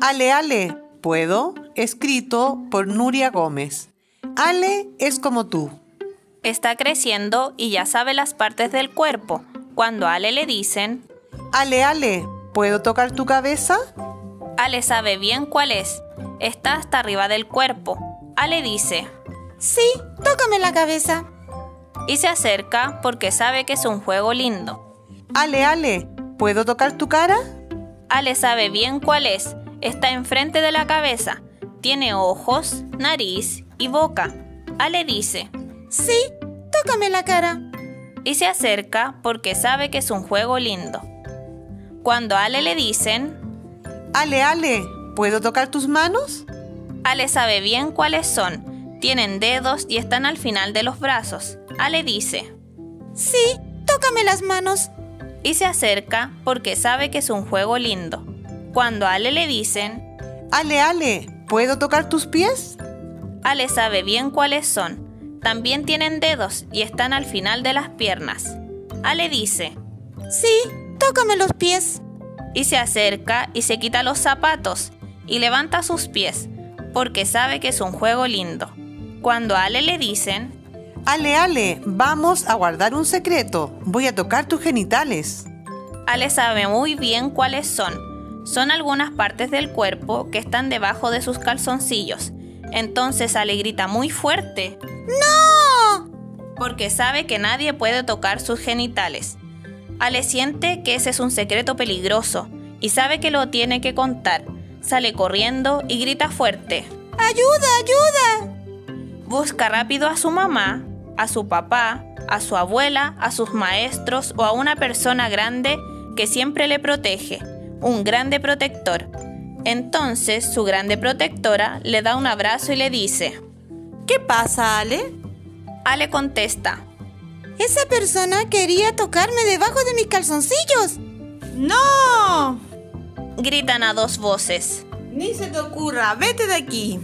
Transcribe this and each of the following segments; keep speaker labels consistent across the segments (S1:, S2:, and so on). S1: Ale, Ale, ¿puedo? Escrito por Nuria Gómez. Ale es como tú.
S2: Está creciendo y ya sabe las partes del cuerpo. Cuando a Ale le dicen,
S1: Ale, Ale, ¿puedo tocar tu cabeza?
S2: Ale sabe bien cuál es. Está hasta arriba del cuerpo. Ale dice,
S3: Sí, tócame la cabeza.
S2: y se acerca porque sabe que es un juego lindo.
S1: Ale, Ale, ¿puedo tocar tu cara?
S2: Ale sabe bien cuál es. Está enfrente de la cabeza. Tiene ojos, nariz y boca. Ale dice,
S3: Sí, tócame la cara.
S2: y se acerca porque sabe que es un juego lindo. Cuando a Ale le dicen,
S1: Ale, Ale, ¿puedo tocar tus manos?
S2: Ale sabe bien cuáles son. Tienen dedos y están al final de los brazos. Ale dice,
S3: Sí, tócame las manos.
S2: y se acerca porque sabe que es un juego lindo. Cuando a Ale le dicen,
S1: Ale, Ale, ¿puedo tocar tus pies?
S2: Ale sabe bien cuáles son. También tienen dedos y están al final de las piernas. Ale dice,
S3: Sí, tócame los pies.
S2: y se acerca y se quita los zapatos y levanta sus pies, porque sabe que es un juego lindo. Cuando a Ale le dicen,
S1: Ale, Ale, vamos a guardar un secreto. Voy a tocar tus genitales.
S2: Ale sabe muy bien cuáles son. Son algunas partes del cuerpo que están debajo de sus calzoncillos. Entonces Ale grita muy fuerte,
S3: ¡No!
S2: porque sabe que nadie puede tocar sus genitales. Ale siente que ese es un secreto peligroso y sabe que lo tiene que contar. Sale corriendo y grita fuerte.
S3: ¡Ayuda, ayuda!
S2: Busca rápido a su mamá, a su papá, a su abuela, a sus maestros o a una persona grande que siempre le protege, un grande protector. Entonces su grande protectora le da un abrazo y le dice,
S4: ¿Qué pasa, Ale?
S2: Ale contesta,
S3: Esa persona quería tocarme debajo de mis calzoncillos.
S4: ¡No!
S2: gritan a dos voces,
S4: Ni se te ocurra, vete de aquí.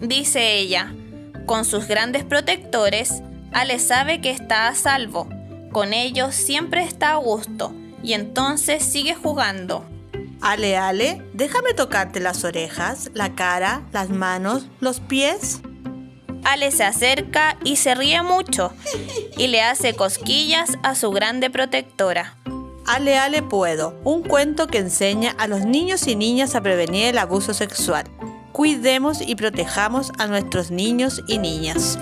S2: dice ella. Con sus grandes protectores, Ale sabe que está a salvo, con ellos siempre está a gusto y entonces sigue jugando.
S4: Ale, Ale, déjame tocarte las orejas, la cara, las manos, los pies.
S2: Ale se acerca y se ríe mucho y le hace cosquillas a su grande protectora.
S4: Ale, Ale, puedo. Un cuento que enseña a los niños y niñas a prevenir el abuso sexual. Cuidemos y protejamos a nuestros niños y niñas.